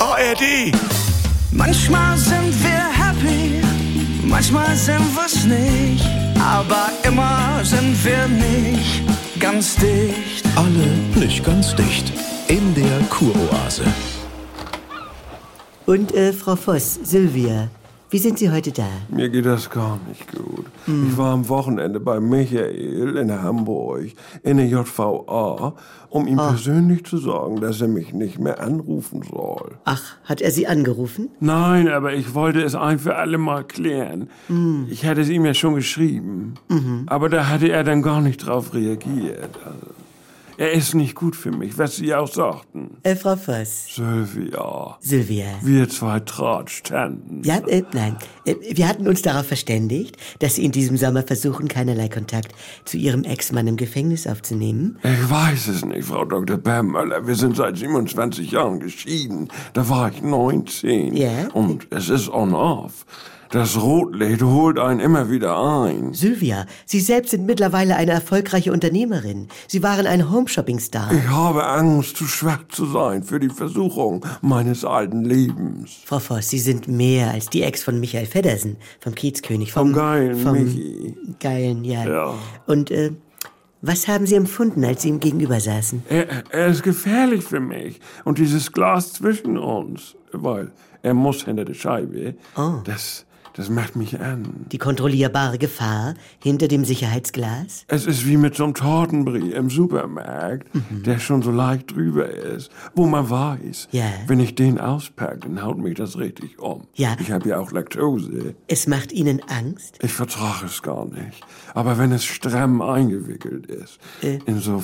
ARD. Manchmal sind wir happy, manchmal sind wir's nicht, aber immer sind wir nicht ganz dicht. Alle nicht ganz dicht. In der Kuroase. Und äh, Frau Voss, Sylvia, wie sind Sie heute da? Mir geht das gar nicht gut. Ich war am Wochenende bei Michael in Hamburg in der JVA, um ihm persönlich zu sagen, dass er mich nicht mehr anrufen soll. Ach, hat er Sie angerufen? Nein, aber ich wollte es ein für alle Mal klären. Ich hatte es ihm ja schon geschrieben. Aber da hatte er dann gar nicht drauf reagiert. Also, er ist nicht gut für mich, was Sie auch sagten. Äh, Frau Voss, Sylvia, Sylvia. wir zwei Tratschtanten. Ja, äh, nein. Äh, wir hatten uns darauf verständigt, dass Sie in diesem Sommer versuchen, keinerlei Kontakt zu Ihrem Ex-Mann im Gefängnis aufzunehmen. Ich weiß es nicht, Frau Dr. Bermöller. Wir sind seit 27 Jahren geschieden. Da war ich 19. Ja. Und es ist on-off. Das Rotlicht holt einen immer wieder ein. Sylvia, Sie selbst sind mittlerweile eine erfolgreiche Unternehmerin. Sie waren ein Homeshopping-Star. Ich habe Angst, zu schwach zu sein für die Versuchung meines alten Lebens. Frau Voss, Sie sind mehr als die Ex von Michael Feddersen, vom Kiezkönig. Vom geilen vom Michi. Geilen, ja. Ja. Und äh, was haben Sie empfunden, als Sie ihm gegenüber saßen? Er, er ist gefährlich für mich. Und dieses Glas zwischen uns, weil er muss hinter der Scheibe, Ah. das, das macht mich an. Die kontrollierbare Gefahr hinter dem Sicherheitsglas? Es ist wie mit so einem Tortenbrie im Supermarkt, Mhm. der schon so leicht drüber ist, wo man weiß, Ja. wenn ich den auspacke, dann haut mich das richtig um. Ja. Ich habe ja auch Laktose. Es macht Ihnen Angst? Ich vertrage es gar nicht. Aber wenn es stramm eingewickelt ist, Äh. in so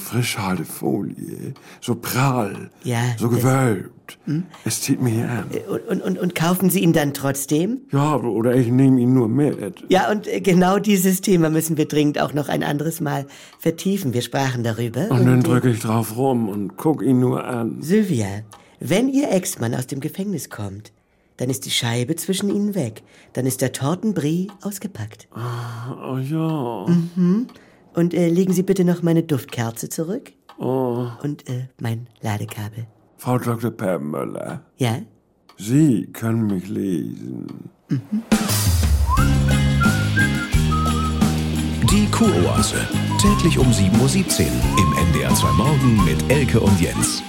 Frischhaltefolie, so prall, Ja, Äh. Hm? so das- gewölbt, es zieht mich an. Und, und, und, und kaufen Sie ihn dann trotzdem? Ja, oder ich nehme ihn nur mit. Ja, und äh, genau dieses Thema müssen wir dringend auch noch ein anderes Mal vertiefen. Wir sprachen darüber. Und dann äh, drücke ich drauf rum und guck ihn nur an. Sylvia, wenn Ihr Ex-Mann aus dem Gefängnis kommt, dann ist die Scheibe zwischen Ihnen weg. Dann ist der Tortenbrie ausgepackt. Oh ja. Hm. Und äh, legen Sie bitte noch meine Duftkerze zurück. Und äh, mein Ladekabel. Frau Dr. Permöller. Ja? Sie können mich lesen. Die Kuroase. Täglich um 7.17 Uhr im NDR 2 Morgen mit Elke und Jens.